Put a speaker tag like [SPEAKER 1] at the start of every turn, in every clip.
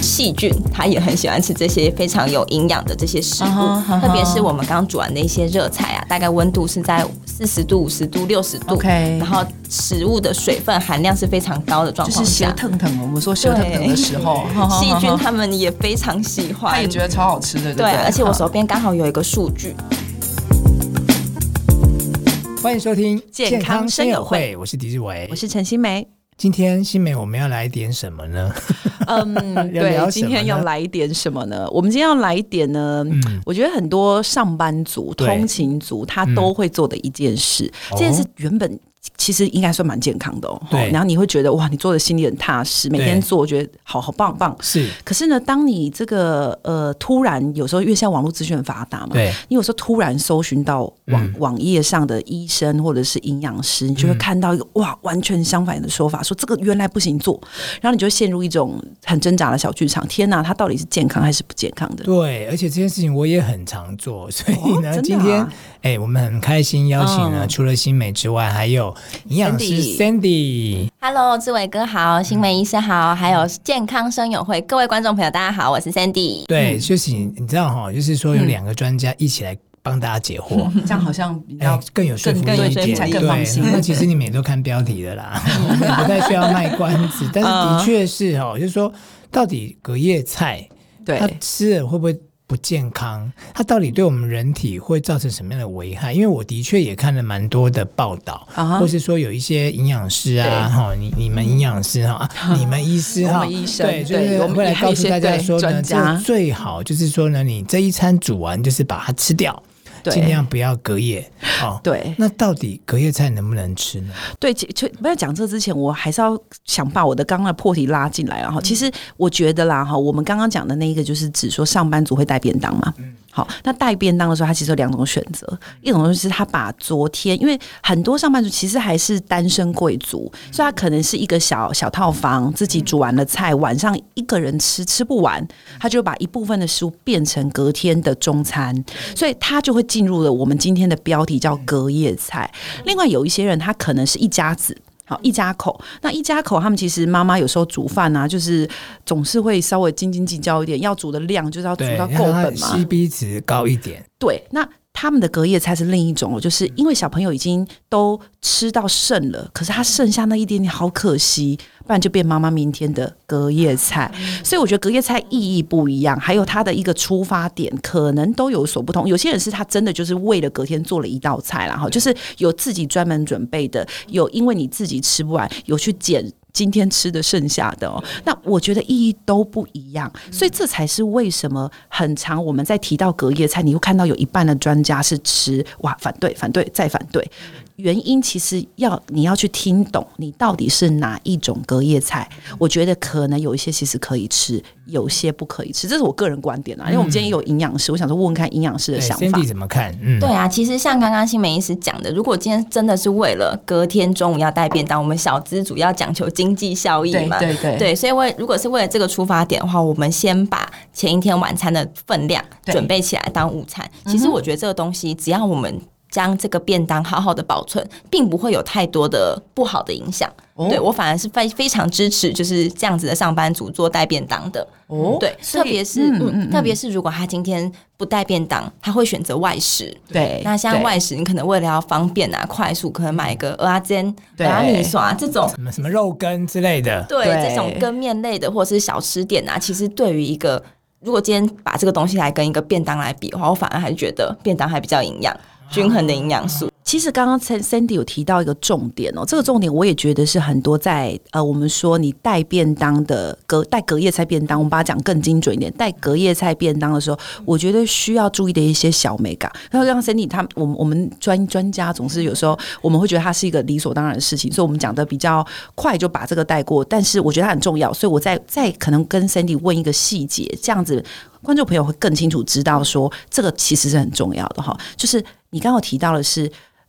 [SPEAKER 1] 细菌，它也很喜欢吃这些非常有营养的这些食物
[SPEAKER 2] 啊哈啊哈
[SPEAKER 1] 特别是我们刚煮完的一些热菜啊，大概温度是在四十度、五十度、六十度
[SPEAKER 2] OK
[SPEAKER 1] 然后食物的水分含量是非常高的状
[SPEAKER 2] 就
[SPEAKER 1] 况
[SPEAKER 2] 是
[SPEAKER 1] 下
[SPEAKER 2] 血，嗯腾腾，我们说血腾腾的时候，哈哈
[SPEAKER 1] 细
[SPEAKER 2] 哈
[SPEAKER 1] 菌
[SPEAKER 2] 哈
[SPEAKER 1] 它们也非常喜欢，
[SPEAKER 2] 他也觉得嗯超好吃的，不
[SPEAKER 1] 对，而且我
[SPEAKER 2] 好
[SPEAKER 1] 手边刚好有一个数据，
[SPEAKER 3] 欢迎收听
[SPEAKER 4] 健康生友会，
[SPEAKER 3] 我是狄志伟，
[SPEAKER 4] 我是陈心梅。
[SPEAKER 3] 今天新美我们要来点什么呢？
[SPEAKER 4] 嗯，
[SPEAKER 3] 要聊
[SPEAKER 4] 对，
[SPEAKER 3] 什
[SPEAKER 4] 今
[SPEAKER 3] 么
[SPEAKER 2] 啊
[SPEAKER 4] 天要
[SPEAKER 3] 呢
[SPEAKER 4] 来一点什么呢？我们今天要来一点呢。
[SPEAKER 3] 嗯，
[SPEAKER 4] 我觉得很多上班族、
[SPEAKER 3] 对嗯
[SPEAKER 4] 通勤族，他都会做的一件事，
[SPEAKER 3] 哦
[SPEAKER 4] 这件事原本其实应该算蛮健康的哦。
[SPEAKER 3] 对
[SPEAKER 4] 然后你会觉得哇，你做的心里很踏实，每天
[SPEAKER 3] 对
[SPEAKER 4] 做，我觉得好好棒棒。
[SPEAKER 3] 是
[SPEAKER 4] 可是呢，当你这个呃突然有时候，因为现在网络资讯很发达嘛，
[SPEAKER 3] 对
[SPEAKER 4] 你有时候突然搜寻到网、
[SPEAKER 3] 嗯
[SPEAKER 4] 网页上的医生或者是营养师，你就会看到一个、哇完全相反的说法，说这个原来不行做，然后你就会陷入一种很挣扎的小剧场。天哪，它到底是健康还是不健康的？
[SPEAKER 3] 对，而且这件事情我也很常做，所以
[SPEAKER 4] 哦真
[SPEAKER 3] 呢，
[SPEAKER 4] 的啊
[SPEAKER 3] 今天哎、我们很开心邀请呢，
[SPEAKER 4] 嗯
[SPEAKER 3] 除了新美之外，还有营养师 Sandy。
[SPEAKER 1] Hello，志伟哥好，新梅医师好，还有健康生友会各位观众朋友，大家好，我是 Sandy。
[SPEAKER 4] 嗯
[SPEAKER 3] 对，就是你你知道哈，就是说有两个专家一起来帮大家解惑。
[SPEAKER 4] 这样好像比
[SPEAKER 3] 哎
[SPEAKER 4] 较、
[SPEAKER 3] 更有说服
[SPEAKER 4] 嗯更
[SPEAKER 3] 力
[SPEAKER 4] 更
[SPEAKER 3] 一点，
[SPEAKER 4] 有说服力
[SPEAKER 3] 对。
[SPEAKER 4] 更放心
[SPEAKER 3] 那其实你们也都看标题的 啦，我们不太需要卖关子，但是
[SPEAKER 4] 嗯
[SPEAKER 3] 的确是哦，就是说到底隔夜菜
[SPEAKER 4] 对
[SPEAKER 3] 它。吃了会不会不健康？它到底对我们人体会造成什么样的危害？因为我的确也看了蛮多的报道，
[SPEAKER 4] 啊哈
[SPEAKER 3] 或是说有一些营养师啊，哈，你你们营养师哈、啊， 你们医师
[SPEAKER 4] 嗯我
[SPEAKER 3] 哈，
[SPEAKER 4] 们医生
[SPEAKER 3] 对，就
[SPEAKER 4] 对
[SPEAKER 3] 是
[SPEAKER 4] 我们
[SPEAKER 3] 会来
[SPEAKER 4] 也还有
[SPEAKER 3] 告
[SPEAKER 4] 一
[SPEAKER 3] 诉
[SPEAKER 4] 些
[SPEAKER 3] 大家
[SPEAKER 4] 对
[SPEAKER 3] 说呢，
[SPEAKER 4] 专
[SPEAKER 3] 这
[SPEAKER 4] 家
[SPEAKER 3] 个最好就是说呢，你这一餐煮完就是把它吃掉，
[SPEAKER 4] 对
[SPEAKER 3] 尽量不要隔夜哦。
[SPEAKER 4] 对
[SPEAKER 3] 那到底隔夜菜能不能吃呢？
[SPEAKER 4] 对，其其不要讲这之前，我还是要想把我的刚刚的破题拉进来啊。哈，其实我觉得啦，哈，我们刚刚讲的那一个就是指说上班族会带便当嘛。好，那带便当的时候，它其实有两种选择，一种就是他把昨天，因为很多上班族其实还是单身贵族，
[SPEAKER 3] 嗯
[SPEAKER 4] 所以他可能是一个小小套房，自己煮完了菜，晚上一个人吃吃不完，他就把一部分的食物变成隔天的中餐，所以他就会进入了我们今天的标题叫隔夜菜。另外有一些人，他可能是一家子。好，一家口，那一家口，他们其实妈妈有时候煮饭啊，就是总是会稍微斤斤计较一点，要煮的量就是要煮
[SPEAKER 3] 对，
[SPEAKER 4] 到
[SPEAKER 3] 让
[SPEAKER 4] 够
[SPEAKER 3] 它
[SPEAKER 4] 本嘛。
[SPEAKER 3] CP 值高一点，
[SPEAKER 4] 对，那他们的隔夜菜是另一种哦，就是因为小朋友已经都吃到剩了，可是他剩下那一点点好可惜，不然就变妈妈明天的隔夜菜。所以我觉得隔夜菜意义不一样，还有它的一个出发点可能都有所不同。有些人是他真的就是为了隔天做了一道菜啦，哈，就是有自己专门准备的，有因为你自己吃不完，有去捡。今天吃的剩下的哦，那我觉得意义都不一样，
[SPEAKER 1] 嗯
[SPEAKER 4] 所以这才是为什么很常我们在提到隔夜菜，你会看到有一半的专家是吃哇反对反对再反对，
[SPEAKER 1] 嗯
[SPEAKER 4] 原因其实要你要去听懂，你到底是哪一种隔夜菜。
[SPEAKER 1] 嗯
[SPEAKER 4] 我觉得可能有一些其实可以吃，有些不可以吃，这是我个人观点啊。
[SPEAKER 1] 嗯
[SPEAKER 4] 因为我们今天也有营养师，我想说问问看营养师
[SPEAKER 3] 对
[SPEAKER 4] 的想法
[SPEAKER 3] ，Cindy。怎么看？嗯，
[SPEAKER 1] 对啊，其实像刚刚新梅医师讲的，如果今天真的是为了隔天中午要带便当，我们小资主要讲求经济效益嘛，
[SPEAKER 4] 对对
[SPEAKER 1] 对，所以为如果是为了这个出发点的话，我们先把前一天晚餐的分量
[SPEAKER 4] 对嗯
[SPEAKER 1] 准备起来当午餐。其实我觉得这个东西，只要我们将这个便当好好的保存，并不会有太多的不好的影响。
[SPEAKER 4] 哦
[SPEAKER 1] 对我反而是非非常支持就是这样子的上班族做带便当的。
[SPEAKER 4] 哦
[SPEAKER 1] 对，
[SPEAKER 4] 所
[SPEAKER 1] 特
[SPEAKER 4] 以
[SPEAKER 1] 别是
[SPEAKER 4] 嗯
[SPEAKER 1] 嗯
[SPEAKER 4] 嗯
[SPEAKER 1] 特别是如果他今天不带便当，他会选择外食。
[SPEAKER 4] 对，
[SPEAKER 1] 那像
[SPEAKER 4] 对
[SPEAKER 1] 外食，你可能为了要方便啊、快速，可能买一个蚵仔煎、
[SPEAKER 4] 对
[SPEAKER 1] 蚵仔米刷这种
[SPEAKER 3] 什么什么肉羹之类的，
[SPEAKER 1] 对
[SPEAKER 4] 对
[SPEAKER 1] 这种羹面类的或者是小吃店啊，其实对于一个如果今天把这个东西来跟一个便当来比的话，我反而还觉得便当还比较营养，均衡的营养素。
[SPEAKER 4] 其实刚刚 San- Sandy 有提到一个重点哦，这个重点我也觉得是很多在呃，我们说你带便当的隔带隔夜菜便当，我们把它讲更精准一点，带隔夜菜便当的时候，我觉得需要注意的一些小美感。然后让 Sandy 他们我们我们专专家总是有时候我们会觉得它是一个理所当然的事情，所以我们讲的比较快就把这个带过，但是我觉得它很重要，所以我再再可能跟 Sandy 问一个细节，这样子观众朋友会更清楚知道说这个其实是很重要的哈，就是你刚刚有提到的是。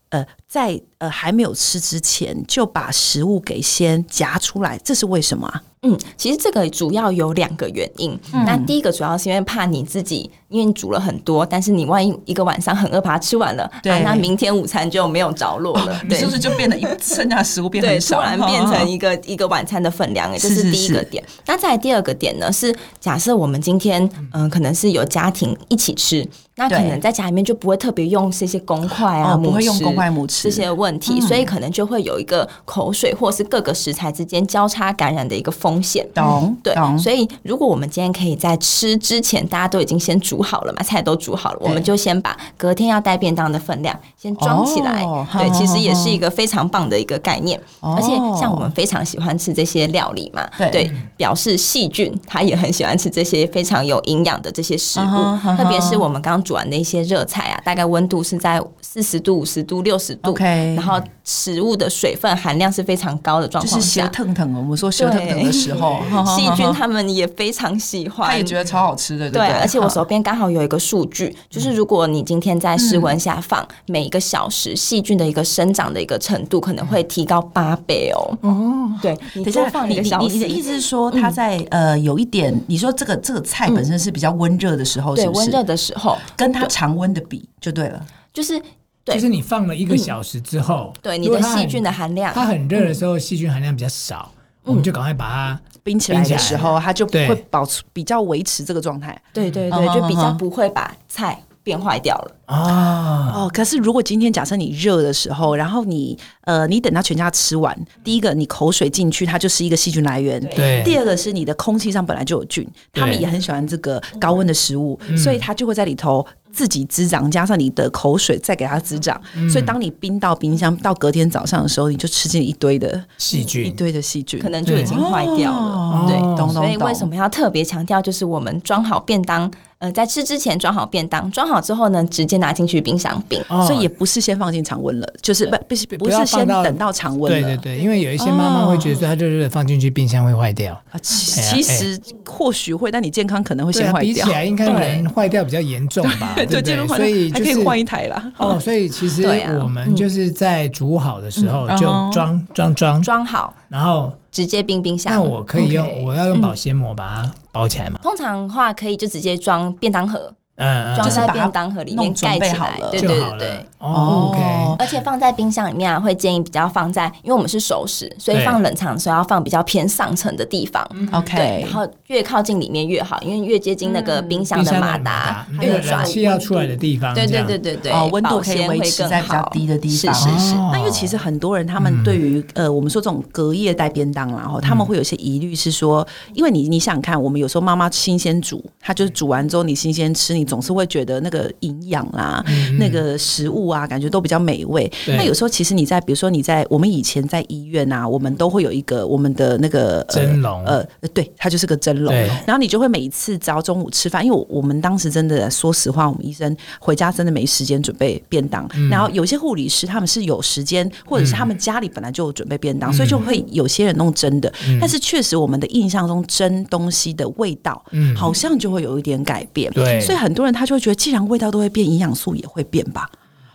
[SPEAKER 4] 呃，在呃还没有吃之前就把食物给先夹出来，这是为什么啊？
[SPEAKER 1] 嗯，其实这个主要有两个原因。那第一个主要是因为怕你自己，因为你煮了很多，但是你万一一个晚上很饿，把它吃完了，
[SPEAKER 4] 对
[SPEAKER 1] 啊，那明天午餐就没有着落 了。
[SPEAKER 2] 你
[SPEAKER 1] 对
[SPEAKER 2] 是不是就变得一剩下食物变
[SPEAKER 1] 对，
[SPEAKER 2] 很
[SPEAKER 1] 突
[SPEAKER 2] 少，
[SPEAKER 1] 然变成一个一个晚餐的分量，哎，这
[SPEAKER 4] 是
[SPEAKER 1] 是
[SPEAKER 4] 是
[SPEAKER 1] 第一个
[SPEAKER 4] 是
[SPEAKER 1] 点。那再来第二个点呢，是假设我们今天嗯、呃可能是有家庭一起吃，那可
[SPEAKER 4] 对
[SPEAKER 1] 能在家里面就不会特别用这些公筷啊、
[SPEAKER 4] 哦，不会用
[SPEAKER 1] 母匙
[SPEAKER 4] 公筷母匙嗯
[SPEAKER 1] 这些问题，所以可能就会有一个口水或是各个食材之间交叉感染的一个风险。嗯
[SPEAKER 4] 懂
[SPEAKER 1] 对
[SPEAKER 4] 懂，
[SPEAKER 1] 所以如果我们今天可以在吃之前，大家都已经先煮好了嘛，菜都煮好了，我们就先把隔天要带便当的分量先装起来。
[SPEAKER 4] 哦
[SPEAKER 1] 对，
[SPEAKER 4] 好
[SPEAKER 1] 其实也
[SPEAKER 4] 好
[SPEAKER 1] 是一个非常棒的一个概念。
[SPEAKER 4] 哦
[SPEAKER 1] 而且像我们非常喜欢吃这些料理嘛，
[SPEAKER 2] 对
[SPEAKER 1] 表示细菌它也很喜欢吃这些非常有营养的这些食物，
[SPEAKER 4] 嗯哼嗯哼
[SPEAKER 1] 特别是我们刚煮完的一些热菜啊，大概温度是在四十度、五十度、六十度
[SPEAKER 4] OK
[SPEAKER 1] 然后食物的水分含量是非常高的状
[SPEAKER 2] 就是
[SPEAKER 1] 况
[SPEAKER 2] 斜
[SPEAKER 1] 下。
[SPEAKER 2] 腾腾哦。我们说斜腾腾的时候，
[SPEAKER 4] 哦
[SPEAKER 1] 细菌他们也非常喜欢，
[SPEAKER 2] 他也觉得超好吃的，
[SPEAKER 1] 对，
[SPEAKER 2] 不对？
[SPEAKER 1] 而且我手边刚好有一个数据，就是
[SPEAKER 4] 嗯
[SPEAKER 1] 如果你今天在室温下放每一个小时，细菌的一个生长的一个程度可能会提高八倍哦。哦，对，你
[SPEAKER 4] 等一
[SPEAKER 1] 多
[SPEAKER 4] 下，
[SPEAKER 1] 放
[SPEAKER 4] 你
[SPEAKER 1] 一个
[SPEAKER 4] 你
[SPEAKER 1] 小嗯
[SPEAKER 4] 你
[SPEAKER 1] 时，
[SPEAKER 4] 你的意思是说，它在、呃有一点，你说这个这个菜本身是比较温热的时候，
[SPEAKER 1] 嗯对
[SPEAKER 4] 是不
[SPEAKER 1] 温
[SPEAKER 4] 是？
[SPEAKER 1] 热的时候，
[SPEAKER 4] 跟它常温的比就对了。
[SPEAKER 1] 就是
[SPEAKER 3] 就是你放了一个小时之后，
[SPEAKER 1] 对你
[SPEAKER 3] 如果
[SPEAKER 1] 的
[SPEAKER 3] 它很
[SPEAKER 1] 细菌的含量，
[SPEAKER 3] 它很热的时候，细菌含量比较少，我们就赶快把它。
[SPEAKER 4] 冰起来的时候，它就
[SPEAKER 3] 对
[SPEAKER 4] 会保持比较维持这个状态。
[SPEAKER 1] 对对
[SPEAKER 4] 嗯
[SPEAKER 1] 对，就比较不会把菜变坏掉了。
[SPEAKER 3] 啊，
[SPEAKER 4] 哦，可是如果今天假设你热的时候，然后你呃，你等它全家吃完，第一个你口水进去，它就是一个细菌来源。
[SPEAKER 3] 对
[SPEAKER 4] 第二个是你的空气上本来就有菌，他们
[SPEAKER 3] 对嗯
[SPEAKER 4] 也很喜欢这个高温的食物，所以它就会在里头自己滋长，加上你的口水再给它滋长。
[SPEAKER 3] 嗯
[SPEAKER 4] 所以当你冰到冰箱，到隔天早上的时候，你就吃进一堆的
[SPEAKER 3] 细
[SPEAKER 4] 一
[SPEAKER 3] 菌
[SPEAKER 4] 堆的细菌
[SPEAKER 1] 可。能就已经坏掉了
[SPEAKER 4] 哦。
[SPEAKER 1] 对，
[SPEAKER 4] 懂懂
[SPEAKER 1] 所以
[SPEAKER 4] 懂
[SPEAKER 1] 为什么要特别强调，就是我们装好便当，呃，在吃之前装好便当，装好之后呢，直接拿进去冰箱冰。
[SPEAKER 3] 哦
[SPEAKER 4] 所以也不是先放进常温了，就是不不是
[SPEAKER 3] 不
[SPEAKER 4] 不
[SPEAKER 3] 要
[SPEAKER 4] 是
[SPEAKER 3] 放
[SPEAKER 4] 先
[SPEAKER 3] 到
[SPEAKER 4] 等到常温
[SPEAKER 3] 对
[SPEAKER 4] 了。
[SPEAKER 3] 对对，因为有一些妈妈会觉得说，她热热的放进去冰箱会坏掉。
[SPEAKER 4] 啊，其
[SPEAKER 3] 哎呀
[SPEAKER 4] 其实或许会，但你健康可能会
[SPEAKER 3] 对
[SPEAKER 4] 先
[SPEAKER 3] 啊，
[SPEAKER 4] 坏
[SPEAKER 3] 比起
[SPEAKER 4] 掉。
[SPEAKER 3] 来应该人坏掉比较严重吧？对不
[SPEAKER 4] 健
[SPEAKER 3] 对
[SPEAKER 4] 康，坏
[SPEAKER 3] 所以
[SPEAKER 4] 还
[SPEAKER 3] 就
[SPEAKER 4] 可以
[SPEAKER 3] 是
[SPEAKER 4] 换一台啦。
[SPEAKER 3] 哦，所以其实
[SPEAKER 1] 对啊
[SPEAKER 3] 我们就是在煮好的时候
[SPEAKER 4] 嗯
[SPEAKER 3] 就
[SPEAKER 4] 嗯
[SPEAKER 3] 装装装，
[SPEAKER 1] 装好，
[SPEAKER 3] 然后
[SPEAKER 1] 直接冰冰箱。
[SPEAKER 3] 那我可以用
[SPEAKER 2] OK
[SPEAKER 3] 我要用保鲜膜把它包起来嘛？
[SPEAKER 1] 通常的话可以就直接装便当盒，
[SPEAKER 3] 嗯，
[SPEAKER 1] 装
[SPEAKER 3] 嗯
[SPEAKER 1] 在
[SPEAKER 2] 把它
[SPEAKER 1] 便当盒里面
[SPEAKER 4] 弄准
[SPEAKER 1] 盖
[SPEAKER 4] 备
[SPEAKER 1] 起
[SPEAKER 4] 好
[SPEAKER 1] 来，
[SPEAKER 4] 了
[SPEAKER 1] 对
[SPEAKER 3] 就
[SPEAKER 1] 对
[SPEAKER 3] 好
[SPEAKER 1] 对对
[SPEAKER 3] 了。。哦，OK，
[SPEAKER 1] 而且放在冰箱里面啊，会建议比较放在，因为我们是熟食，所以
[SPEAKER 3] 对嗯
[SPEAKER 1] 放冷藏的时候要放比较偏上层的地方。
[SPEAKER 4] 嗯
[SPEAKER 1] 对，
[SPEAKER 4] OK，
[SPEAKER 1] 然后越靠近里面越好，因为越接近那个冰箱
[SPEAKER 3] 嗯冰
[SPEAKER 1] 的
[SPEAKER 3] 箱
[SPEAKER 1] 马
[SPEAKER 3] 马达
[SPEAKER 1] 达，
[SPEAKER 3] 嗯
[SPEAKER 1] 运
[SPEAKER 3] 冷
[SPEAKER 1] 转
[SPEAKER 3] 气要出来的地方，
[SPEAKER 1] 对
[SPEAKER 3] 这
[SPEAKER 1] 对
[SPEAKER 3] 样
[SPEAKER 1] 对对对，
[SPEAKER 4] 哦温度
[SPEAKER 1] 保
[SPEAKER 4] 可以
[SPEAKER 1] 鲜
[SPEAKER 4] 维
[SPEAKER 1] 会
[SPEAKER 4] 持
[SPEAKER 1] 更
[SPEAKER 4] 在比较
[SPEAKER 1] 好
[SPEAKER 4] 低的地
[SPEAKER 1] 是
[SPEAKER 4] 方
[SPEAKER 1] 是是，
[SPEAKER 3] 哦
[SPEAKER 4] 那因为其实很多人他
[SPEAKER 3] 嗯
[SPEAKER 4] 们对于、呃，我们说这种隔夜带便当啦，然哦后他们会有一些疑虑，是说，因为你你想想看，我们有时候妈妈新鲜煮，她
[SPEAKER 3] 嗯
[SPEAKER 4] 就是煮完之后你新鲜吃，你总是会觉得那个营养啦、
[SPEAKER 3] 嗯
[SPEAKER 4] 那个食物啊，感觉都比较美味。
[SPEAKER 3] 对
[SPEAKER 4] 那有时候其实你在比如说你在我们以前在医院啊，我们都会有一个我们的那个呃
[SPEAKER 3] 蒸笼
[SPEAKER 4] 呃，对，它就是个蒸笼
[SPEAKER 3] 对。
[SPEAKER 4] 然后你就会每一次只要中午吃饭，因为我我们当时真的说实话，我们医生回家真的没时间准备便当。
[SPEAKER 3] 嗯
[SPEAKER 4] 然后有些护理师他们是有时间，或者是他们家里本来就有准备便当，所
[SPEAKER 3] 嗯
[SPEAKER 4] 以就会有些人弄蒸的。但是确实我们的印象中蒸东西的味道，
[SPEAKER 3] 嗯
[SPEAKER 4] 呃好像就会有一点改变。
[SPEAKER 3] 对
[SPEAKER 4] 所以很多人他就会觉得，既然味道都会变，营养素也会变吧。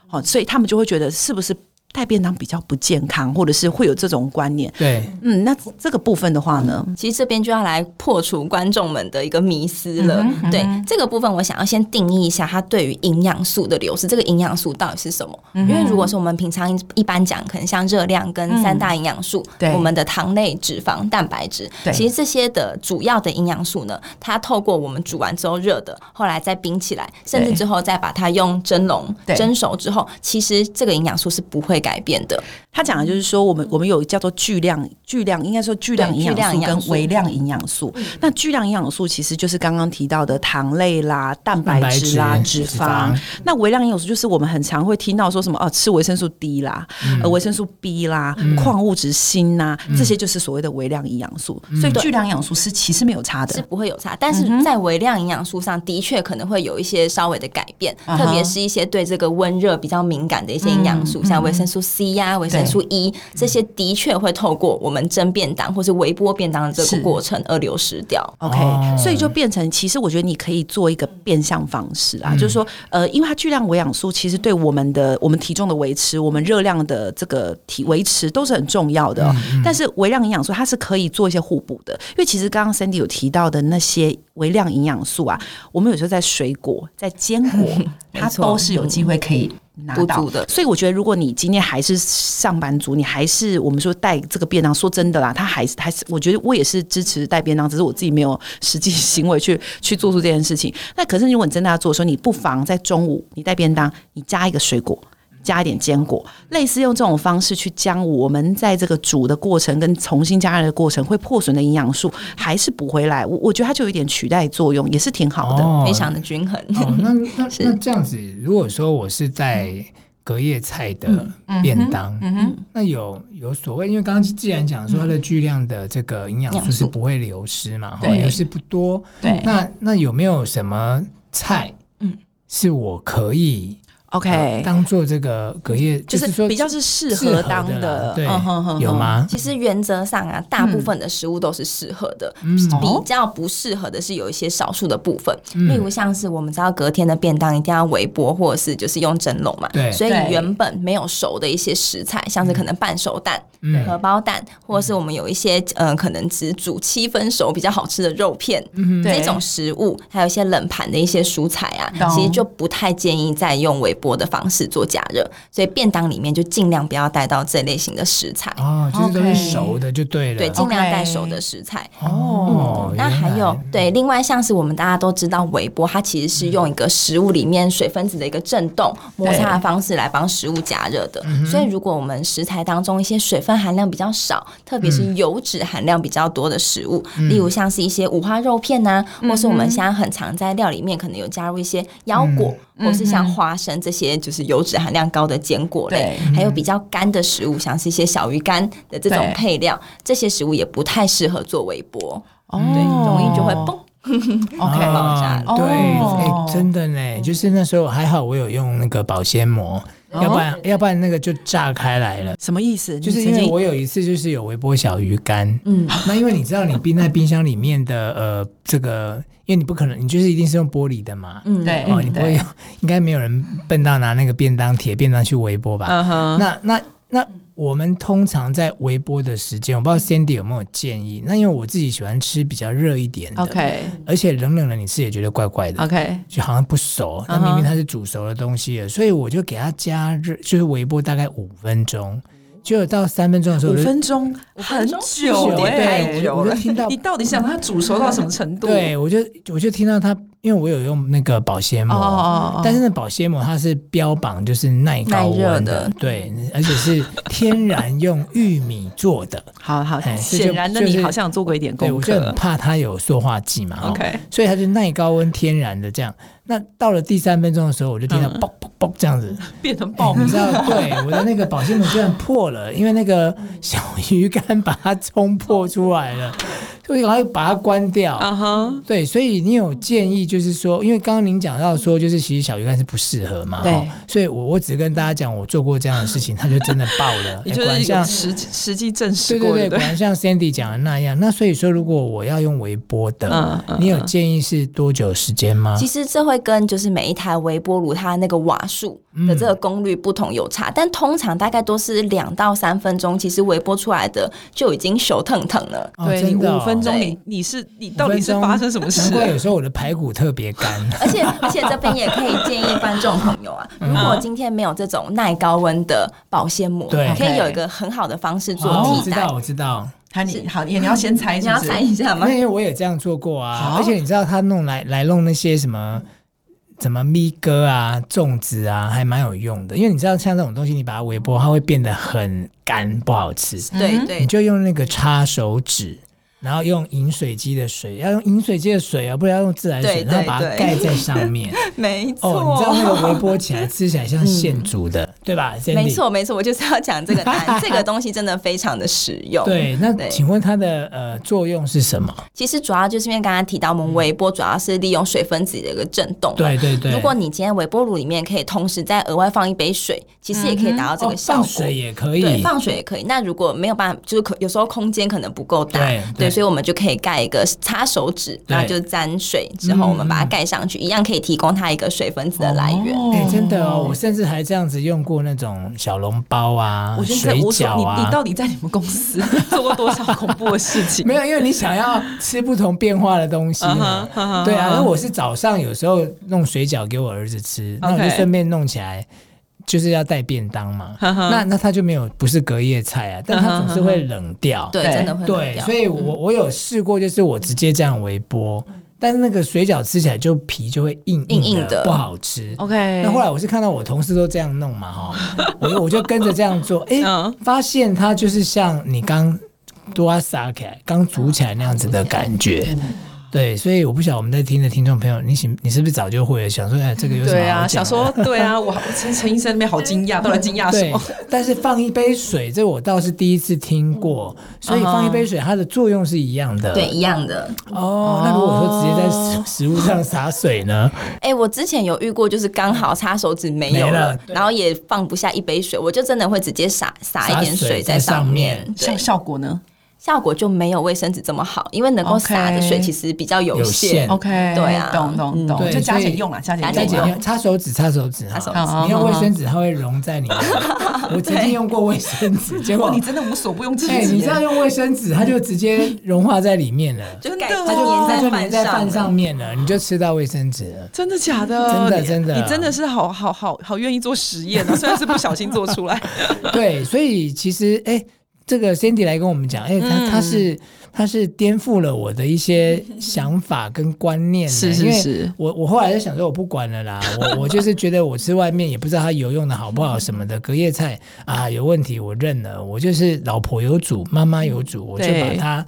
[SPEAKER 4] 好、所以他们就会觉得是不是带便当比较不健康，或者是会有这种观念。
[SPEAKER 3] 对，
[SPEAKER 4] 嗯，那这个部分的话呢，
[SPEAKER 1] 其实这边就要来破除观众们的一个迷思了。
[SPEAKER 4] 嗯
[SPEAKER 1] 对这个部分，我想要先定义一下它对于营养素的流失，这个营养素到底是什么？
[SPEAKER 4] 嗯
[SPEAKER 1] 因为如果是我们平常一一般讲，可能像热量跟三大营养素，
[SPEAKER 4] 对
[SPEAKER 1] 我们的糖类、脂肪、蛋白质，
[SPEAKER 4] 对
[SPEAKER 1] 其实这些的主要的营养素呢，它透过我们煮完之后热的，后来再冰起来，甚至
[SPEAKER 4] 对
[SPEAKER 1] 之后再把它用蒸笼
[SPEAKER 4] 对
[SPEAKER 1] 蒸熟之后，其实这个营养素是不会改变的。
[SPEAKER 4] 他讲的就是说，我们我们有叫做巨量巨量，应该说巨量
[SPEAKER 1] 对
[SPEAKER 4] 营
[SPEAKER 1] 巨量营
[SPEAKER 4] 养素
[SPEAKER 1] 养
[SPEAKER 4] 跟
[SPEAKER 1] 素嗯
[SPEAKER 4] 微量营养素。那巨量营养素其实就是刚刚提到的糖类啦、蛋白质啦、
[SPEAKER 3] 蛋白
[SPEAKER 4] 脂
[SPEAKER 3] 质
[SPEAKER 4] 肪
[SPEAKER 3] 脂肪。
[SPEAKER 4] 那微量营养素就是我们很常会听到说什么哦，吃维生素 D 啦、
[SPEAKER 3] 嗯
[SPEAKER 4] 呃维生素 B 啦、矿物质锌呐，这些就是所谓的微量营养素。
[SPEAKER 3] 嗯
[SPEAKER 4] 所以巨量营养素是其实没有差
[SPEAKER 1] 是
[SPEAKER 4] 的。嗯
[SPEAKER 1] 不会有差，但是在微量营养素上的确可能会有一些稍微的改变，
[SPEAKER 4] 嗯哼嗯
[SPEAKER 1] 特别是一些对这个温热比较敏感的一些营养素，像维生素 C 呀、维生素 E 这些，的确会透过我们蒸便当或是微波便当的这
[SPEAKER 4] 是
[SPEAKER 1] 个过程而流失掉。
[SPEAKER 4] OK，、
[SPEAKER 3] 哦
[SPEAKER 4] 所以就变成，其实我觉得你可以做一个变相方式
[SPEAKER 1] 嗯
[SPEAKER 4] 啊，就是说，呃，因为它巨量维氧素其实对我们的我们体重的维持、我们热量的这个体维持都是很重要的哦、
[SPEAKER 1] 嗯
[SPEAKER 4] 但是微量营养素它是可以做一些互补的，因为其实刚刚 Sandy 有提到的那些微量营养素啊，我们有时候在水果、在坚果，它
[SPEAKER 1] 没错
[SPEAKER 4] 都是有机会可以。拿
[SPEAKER 1] 补
[SPEAKER 4] 到
[SPEAKER 1] 足的
[SPEAKER 4] 所以我觉得，如果你今天还是上班族，你还是我们说带这个便当，说真的啦，他还是还是，我觉得我也是支持带便当，只是我自己没有实际行为去 去做出这件事情。那可是，如果你真的要做的时候，你不妨在中午你带便当，你加一个水果。加一点坚果，类似用这种方式去将我们在这个煮的过程跟重新加热的过程会破损的营养素还是补回来，我我觉得它就有一点取代作用，也是挺好的。
[SPEAKER 3] 哦
[SPEAKER 1] 非常的均衡。
[SPEAKER 3] 哦，那那那这样子，如果说我是在隔夜菜的便当，
[SPEAKER 1] 嗯
[SPEAKER 4] 嗯
[SPEAKER 3] 那有有所谓，因为刚刚既然讲说它的巨量的这个营养素是不会流失嘛，哈，
[SPEAKER 2] 对
[SPEAKER 3] 流失不多，
[SPEAKER 2] 对
[SPEAKER 3] 那那有没有什么菜，嗯，是我可以
[SPEAKER 4] OK，、
[SPEAKER 3] 呃当做这个隔夜，
[SPEAKER 4] 就是是
[SPEAKER 3] 说
[SPEAKER 4] 比较是适
[SPEAKER 3] 适合
[SPEAKER 4] 合当
[SPEAKER 3] 的啦，
[SPEAKER 4] 的，
[SPEAKER 3] 对
[SPEAKER 4] 嗯哼哼，
[SPEAKER 3] 有
[SPEAKER 4] 哼
[SPEAKER 3] 吗？
[SPEAKER 1] 其实原则上啊，大
[SPEAKER 4] 嗯
[SPEAKER 1] 部分的食物都是适合的，
[SPEAKER 3] 嗯
[SPEAKER 1] 比较不适合的是有一些少数的部分，例如像是我们知道隔天的便当一定要微波或者是就是用蒸笼嘛
[SPEAKER 3] 对，
[SPEAKER 1] 所以
[SPEAKER 2] 对
[SPEAKER 1] 原本没有熟的一些食材，像是可能半熟蛋、
[SPEAKER 3] 嗯
[SPEAKER 1] 荷包蛋，或者是我们有一些呃可能只煮七分熟比较好吃的肉片，
[SPEAKER 4] 对
[SPEAKER 1] 这种食物，还有一些冷盘的一些蔬菜
[SPEAKER 2] 懂
[SPEAKER 1] 啊，其实就不太建议再用微波的方式做加热，所以便当里面就尽量不要带到这类型的食材。
[SPEAKER 3] 哦，就是都
[SPEAKER 2] OK
[SPEAKER 3] 是熟的就对了，
[SPEAKER 1] 对，尽量带
[SPEAKER 2] OK
[SPEAKER 1] 熟的食材。
[SPEAKER 3] 哦，
[SPEAKER 1] 嗯那
[SPEAKER 3] 原
[SPEAKER 1] 还
[SPEAKER 3] 来
[SPEAKER 1] 有对，另外像是我们大家都知道，微波它其实是用一个食物里面水分子的一个震动摩擦的方式来帮食物加热的。
[SPEAKER 3] 嗯
[SPEAKER 1] 所以如果我们食材当中一些水分含量比较少，特别是油脂含量比较多的食物，
[SPEAKER 3] 嗯
[SPEAKER 1] 例如像是一些五花肉片呐、或是我们现在很常在料里面可能有加入一些腰
[SPEAKER 3] 嗯
[SPEAKER 1] 果，或是像花生这些就是油脂含量高的坚果类，
[SPEAKER 3] 嗯
[SPEAKER 1] 还有比较干的食物，像是一些小鱼干的这种
[SPEAKER 2] 对
[SPEAKER 1] 配料，这些食物也不太适合做微波。
[SPEAKER 4] 哦，
[SPEAKER 1] 对，容易就会
[SPEAKER 3] 哦
[SPEAKER 1] 崩。
[SPEAKER 2] OK，
[SPEAKER 1] 爆炸
[SPEAKER 3] 啊
[SPEAKER 1] 了
[SPEAKER 3] 对，
[SPEAKER 2] 哦
[SPEAKER 3] 哎，真的呢，就是那时候还好我有用那个保鲜膜，
[SPEAKER 1] 哦
[SPEAKER 3] 要不然要不然那个就炸开来
[SPEAKER 1] 嗯
[SPEAKER 3] 了。
[SPEAKER 4] 什么意思？
[SPEAKER 3] 就是
[SPEAKER 4] 你
[SPEAKER 3] 因
[SPEAKER 4] 曾
[SPEAKER 3] 为
[SPEAKER 4] 经
[SPEAKER 3] 我有一次就是有微波小鱼干，
[SPEAKER 1] 嗯，
[SPEAKER 3] 那因为你知道你冰在冰箱里面的呃这个，因为你不可能你就是一定是用玻璃的嘛，
[SPEAKER 1] 嗯
[SPEAKER 2] 对
[SPEAKER 3] 哦，你不会
[SPEAKER 2] 对
[SPEAKER 3] 用，应该没有人笨到拿那个便当铁便当去微波吧？
[SPEAKER 4] 嗯哼，
[SPEAKER 3] 那那那我们通常在微波的时间，我不知道 Sandy 有没有建议？那因为我自己喜欢吃比较热一点的
[SPEAKER 4] OK
[SPEAKER 3] 而且冷冷的你吃也觉得怪怪的。
[SPEAKER 4] OK，
[SPEAKER 3] 就好像不熟，那
[SPEAKER 4] 哦嗯哼
[SPEAKER 3] 明明它是煮熟的东西了所以我就给它加热，就是微波大概五分钟，结果到三分钟的时候
[SPEAKER 4] 五
[SPEAKER 3] 我就，
[SPEAKER 4] 分钟很久
[SPEAKER 2] 五分钟
[SPEAKER 4] 哎、
[SPEAKER 3] 对，我我就听到
[SPEAKER 4] 你，到底
[SPEAKER 2] 你
[SPEAKER 4] 想
[SPEAKER 2] 想它煮熟到什么程度？
[SPEAKER 3] 对我就我就听到它，因为我有用那个保鲜
[SPEAKER 4] 哦
[SPEAKER 3] 膜，
[SPEAKER 4] 哦哦，
[SPEAKER 3] 但是那保鲜膜它是标榜就是耐高
[SPEAKER 1] 耐
[SPEAKER 3] 温
[SPEAKER 1] 热
[SPEAKER 3] 的
[SPEAKER 1] 的
[SPEAKER 3] 对，而且是天然用玉米做 的，
[SPEAKER 4] 好好，
[SPEAKER 3] 哎这就
[SPEAKER 4] 显然的
[SPEAKER 3] 就
[SPEAKER 4] 你
[SPEAKER 3] 是
[SPEAKER 4] 好像有做过一点
[SPEAKER 3] 对，
[SPEAKER 4] 功
[SPEAKER 3] 我就很
[SPEAKER 4] 课。
[SPEAKER 3] 怕它有塑化剂嘛。哦
[SPEAKER 4] OK，
[SPEAKER 3] 所以它就耐高温、天然的这样。那到了第三分钟的时候，我就听到
[SPEAKER 4] 嗯
[SPEAKER 3] 嘣嘣嘣这样子，
[SPEAKER 4] 变成
[SPEAKER 3] 哦
[SPEAKER 4] 爆，米
[SPEAKER 3] 你知道，对，我的那个保鲜膜居然破了，因为那个小鱼干把它冲破出来了，所以我要把它关掉。
[SPEAKER 4] 啊哈，
[SPEAKER 3] 对，所以你有建议，就是说，因为刚刚您讲到说，就是其实小鱼干是不适合嘛，
[SPEAKER 4] 对
[SPEAKER 3] 哦所以我我只跟大家讲，我做过这样的事情，它就真的爆了。
[SPEAKER 4] 你
[SPEAKER 3] 哎
[SPEAKER 4] 就
[SPEAKER 3] 果然
[SPEAKER 4] 是有
[SPEAKER 3] 像
[SPEAKER 4] 实际实际证实
[SPEAKER 3] 对
[SPEAKER 4] 过
[SPEAKER 3] 对对，
[SPEAKER 4] 的，
[SPEAKER 3] 果然像 Sandy 讲的那样。那所以说，如果我要用微波的，
[SPEAKER 4] 嗯嗯
[SPEAKER 3] 你有建议是多久时间吗？
[SPEAKER 1] 其实这会跟就是每一台微波炉它那个瓦数的这个功率不同有差，但通常大概都是两到三分钟，其实微波出来的就已经熟腾腾 了。
[SPEAKER 3] 哦
[SPEAKER 4] 对你
[SPEAKER 3] 真的哦
[SPEAKER 4] 五分钟，
[SPEAKER 1] 对
[SPEAKER 4] 你你是你
[SPEAKER 3] 五
[SPEAKER 4] 到底是
[SPEAKER 3] 分钟
[SPEAKER 4] 发生什么事
[SPEAKER 3] 难
[SPEAKER 4] 了
[SPEAKER 3] 怪？有时候我的排骨特别 干。
[SPEAKER 1] 而且而且这边也可以建议观众朋友啊，如果今天没有这种耐高温的保鲜膜，
[SPEAKER 3] 对
[SPEAKER 1] 可以有一个很好的方式
[SPEAKER 3] 哦
[SPEAKER 1] 做
[SPEAKER 3] 我
[SPEAKER 1] 替
[SPEAKER 3] 知
[SPEAKER 1] 代
[SPEAKER 3] 道，。我知道，
[SPEAKER 2] 好，你好，你你要先猜
[SPEAKER 1] 你
[SPEAKER 2] 是
[SPEAKER 1] 要
[SPEAKER 2] 不是，
[SPEAKER 4] 哦
[SPEAKER 1] 猜一下吗
[SPEAKER 3] 那？因为我也这样做过啊。
[SPEAKER 2] 好
[SPEAKER 3] 而且你知道，他弄来来弄那些什么。什么咪哥啊、粽子啊，还蛮有用的，因为你知道，像这种东西，你把它微波，它会变得很干，不好吃。
[SPEAKER 1] 对对
[SPEAKER 3] 你就用那个擦手指，然后用饮水机的水，要用饮水机的水啊，不然要用自来水，
[SPEAKER 1] 对
[SPEAKER 3] 然后把它
[SPEAKER 1] 对对
[SPEAKER 3] 盖在 上面。
[SPEAKER 1] 没
[SPEAKER 3] 哦，你知
[SPEAKER 1] 错。
[SPEAKER 3] 道那个微波起来吃起来像现煮的，对吧？
[SPEAKER 1] 嗯没
[SPEAKER 3] Sandy
[SPEAKER 1] 错，没错，我就是要讲这个答 案。这个东西真的非常的实用。
[SPEAKER 3] 对，那
[SPEAKER 1] 对
[SPEAKER 3] 请问它的呃作用是什么？
[SPEAKER 1] 其实主要就是因为刚刚提到，我们微波主要是利用水分子的一个震动嘛。
[SPEAKER 3] 对 对嗯对，
[SPEAKER 1] 如果你今天微波炉里面可以同时再额外放一杯水，其实也可以达到这
[SPEAKER 3] 哦
[SPEAKER 1] 个效
[SPEAKER 3] 放
[SPEAKER 1] 果。
[SPEAKER 3] 水也可
[SPEAKER 1] 对，
[SPEAKER 3] 以，
[SPEAKER 1] 放水也可以。那如果没有办法，就是可有时候空间可能不够大，
[SPEAKER 3] 对对
[SPEAKER 1] 所以我们就可以盖一个擦手纸，然后就沾水之后，我们把它盖上去，一样可以提供它一个水分子的来源。
[SPEAKER 3] 哎、真的哦，我甚至还这样子用过那种小笼包啊、
[SPEAKER 2] 我现在
[SPEAKER 3] 水
[SPEAKER 2] 无所，
[SPEAKER 3] 饺
[SPEAKER 2] 你
[SPEAKER 3] 啊
[SPEAKER 2] 你。到底在你们公司 做过多少恐怖的事情？
[SPEAKER 3] 没有，因为你想要吃不同变化的东西嘛。对啊，那我是早上有时候弄水饺给我儿子吃，那我就
[SPEAKER 2] OK
[SPEAKER 3] 顺便弄起来，就是要带便当嘛。那那他就没有不是隔夜菜啊，但他总是会冷掉。
[SPEAKER 1] 对，
[SPEAKER 2] 对
[SPEAKER 1] 真的会冷
[SPEAKER 3] 对，
[SPEAKER 1] 掉
[SPEAKER 3] 所。以我我有试过，就是我直接这样微波，但是那个水饺吃起来就皮就会硬
[SPEAKER 1] 硬硬
[SPEAKER 3] 的，
[SPEAKER 1] 的
[SPEAKER 3] 不好吃。
[SPEAKER 4] OK，
[SPEAKER 3] 那后来我是看到我同事都这样弄嘛，哈， 我我就跟着这样做，哎、
[SPEAKER 2] 嗯
[SPEAKER 3] 发现它就是像你刚多撒起来、刚煮起来那样子的感觉。
[SPEAKER 2] 嗯
[SPEAKER 3] 对，所以我不晓得我们在听的听众朋友，你喜你是不是早就会了？想说，哎，这个有什么
[SPEAKER 2] 对
[SPEAKER 3] 好
[SPEAKER 2] 啊，
[SPEAKER 3] 讲
[SPEAKER 2] 想
[SPEAKER 3] 的
[SPEAKER 2] 说对啊，我我陈陈医生那边好惊讶，到底惊讶什
[SPEAKER 3] 对
[SPEAKER 2] 么？，
[SPEAKER 3] 但是放一杯水，这我倒是第一次听过，所
[SPEAKER 2] 嗯
[SPEAKER 3] 以放一杯水，它的作用是一样的。
[SPEAKER 1] 对，一样的。
[SPEAKER 3] 哦，那如果说直
[SPEAKER 2] 哦
[SPEAKER 3] 接在食食物上洒水呢？
[SPEAKER 1] 哎、我之前有遇过，就是刚好擦手指没有
[SPEAKER 3] 没
[SPEAKER 1] 了，
[SPEAKER 3] 了对
[SPEAKER 1] 然后也放不下一杯水，我就真的会直接洒洒一点
[SPEAKER 3] 洒水
[SPEAKER 1] 水
[SPEAKER 3] 在
[SPEAKER 1] 在
[SPEAKER 3] 上
[SPEAKER 1] 上
[SPEAKER 3] 面
[SPEAKER 1] 面，
[SPEAKER 4] 效
[SPEAKER 1] 对，
[SPEAKER 4] 效果呢
[SPEAKER 1] 效果就没有卫生纸这么好，因为能够洒的
[SPEAKER 4] OK
[SPEAKER 1] 水其实比较有
[SPEAKER 3] 有限
[SPEAKER 1] 限。
[SPEAKER 4] ？OK，
[SPEAKER 1] 对啊
[SPEAKER 2] 懂懂懂，
[SPEAKER 3] 嗯对
[SPEAKER 2] 就加
[SPEAKER 3] 所以
[SPEAKER 2] 减用啦，加减
[SPEAKER 1] 加
[SPEAKER 3] 再
[SPEAKER 2] 用
[SPEAKER 1] 减
[SPEAKER 3] 剪
[SPEAKER 2] 啦。
[SPEAKER 3] 掉，擦手指，擦手指，
[SPEAKER 1] 擦手
[SPEAKER 3] 哈
[SPEAKER 4] 指
[SPEAKER 3] 你用卫生纸，它会溶在你的。我曾经用过卫生纸，结
[SPEAKER 2] 哇，
[SPEAKER 4] 哦
[SPEAKER 3] 果
[SPEAKER 2] 你真的无所不用其
[SPEAKER 3] 哎，
[SPEAKER 2] 极
[SPEAKER 3] 你这样
[SPEAKER 2] 耶。
[SPEAKER 3] 用卫生纸，它就直接融化在里面了，
[SPEAKER 1] 就
[SPEAKER 2] 真
[SPEAKER 1] 盖
[SPEAKER 2] 的
[SPEAKER 1] 它
[SPEAKER 2] 哦
[SPEAKER 3] 它就
[SPEAKER 1] 就
[SPEAKER 3] 粘
[SPEAKER 1] 粘在
[SPEAKER 3] 在饭
[SPEAKER 1] 饭上
[SPEAKER 3] 上
[SPEAKER 1] 了。
[SPEAKER 3] 面了，你就吃到卫生纸了。
[SPEAKER 2] 真的假的？
[SPEAKER 3] 真的
[SPEAKER 2] 你
[SPEAKER 3] 真的
[SPEAKER 2] 你真的是好好好好愿意做实验啊！虽然是不小心做出 来，
[SPEAKER 3] 对，所以其实哎、这个 Cindy 来跟我们讲，哎、他他是他是颠覆了我的一些想法跟观念呢，
[SPEAKER 4] 是是
[SPEAKER 3] 因为
[SPEAKER 4] 是
[SPEAKER 3] 我我后来就想说，我不管了啦，我我就是觉得我吃外面也不知道它油用的好不好什么的，隔夜菜啊有问题我认了，我就是老婆有煮，妈妈有煮，我就把
[SPEAKER 4] 对
[SPEAKER 3] 它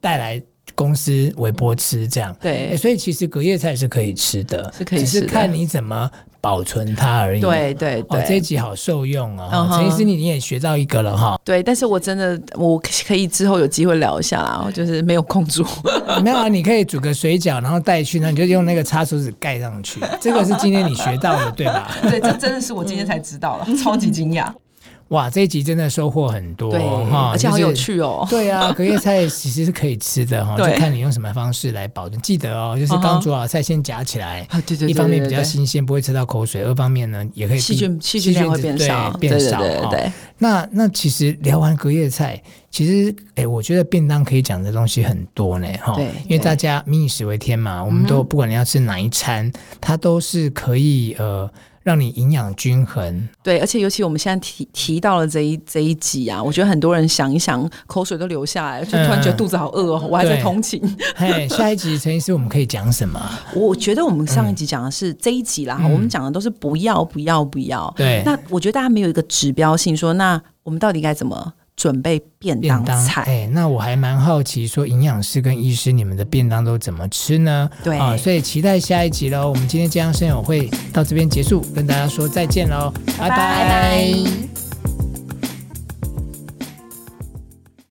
[SPEAKER 3] 带来。公司微波吃这样，
[SPEAKER 4] 对
[SPEAKER 3] 哎所以其实隔夜菜是可以吃的，
[SPEAKER 4] 是可以
[SPEAKER 3] 只
[SPEAKER 4] 吃
[SPEAKER 3] 是
[SPEAKER 4] 的
[SPEAKER 3] 看你怎么保存它而已。
[SPEAKER 4] 对对
[SPEAKER 3] 哦，这一
[SPEAKER 4] 对
[SPEAKER 3] 集好受用哦
[SPEAKER 4] 嗯！哼。
[SPEAKER 3] 陈医师，你你也学到一个了哈
[SPEAKER 4] 对，但是我真的我可以之后有机会聊一下啦，我就是没有空住。
[SPEAKER 3] 没有啊，你可以煮个水饺，然后带去，那你就用那个擦手纸盖上去。这个是今天你学到的，对吧？
[SPEAKER 2] 对，这真的是我今天才知道了，
[SPEAKER 4] 嗯
[SPEAKER 2] 超级惊 讶。
[SPEAKER 3] 哇，这一集真的收获很多
[SPEAKER 4] 对
[SPEAKER 3] 哈，，
[SPEAKER 4] 而且
[SPEAKER 3] 就
[SPEAKER 4] 好
[SPEAKER 3] 是
[SPEAKER 4] 有。趣哦。
[SPEAKER 3] 对啊，隔夜菜其实是可以吃的哈，就
[SPEAKER 4] 对
[SPEAKER 3] 看你用什么方式来保存。记 得哦，就是刚煮好的菜先夹起来，
[SPEAKER 4] 啊， 对对对，
[SPEAKER 3] 一方面比
[SPEAKER 4] 对
[SPEAKER 3] 较
[SPEAKER 4] 对
[SPEAKER 3] 新鲜，不会吃到口水；二方面呢，也可以
[SPEAKER 4] 细菌细菌
[SPEAKER 3] 细
[SPEAKER 4] 量会
[SPEAKER 3] 子
[SPEAKER 4] 变
[SPEAKER 3] 对
[SPEAKER 4] 少，
[SPEAKER 3] 变少。
[SPEAKER 4] 对对
[SPEAKER 3] 哈
[SPEAKER 4] 对
[SPEAKER 3] 那那其实聊完隔夜菜，其实哎、诶我觉得便当可以讲的东西很多呢，哈
[SPEAKER 4] 对，
[SPEAKER 3] 因为
[SPEAKER 4] 对嗯
[SPEAKER 3] 大家民以食为天嘛，我们都不管你要吃哪一餐，它都是可以呃让你营养均衡，
[SPEAKER 4] 对，而且尤其我们现在提提到了这一这一集啊，我觉得很多人想一想，口水都流下来，就突然觉得
[SPEAKER 3] 嗯
[SPEAKER 4] 肚子好饿哦，我还在
[SPEAKER 3] 对
[SPEAKER 4] 同情。
[SPEAKER 3] 嘿，下一集陈医师我们可以讲什么？
[SPEAKER 4] 我觉得我们上一集讲的是这一集啦，
[SPEAKER 3] 嗯
[SPEAKER 4] 我们讲的都是不要不要不要。
[SPEAKER 3] 对，
[SPEAKER 4] 那我觉得大家没有一个指标性说，那我们到底该怎么准备便
[SPEAKER 3] 便
[SPEAKER 4] 当
[SPEAKER 3] 当
[SPEAKER 4] 菜？
[SPEAKER 3] 哎、那我还蛮好奇，说营养师跟医师你们的便当都怎么吃呢？
[SPEAKER 4] 对
[SPEAKER 3] 啊，所以期待下一集喽。我们今天健康生友会到这边结束，跟大家说再见喽，拜
[SPEAKER 1] 拜拜。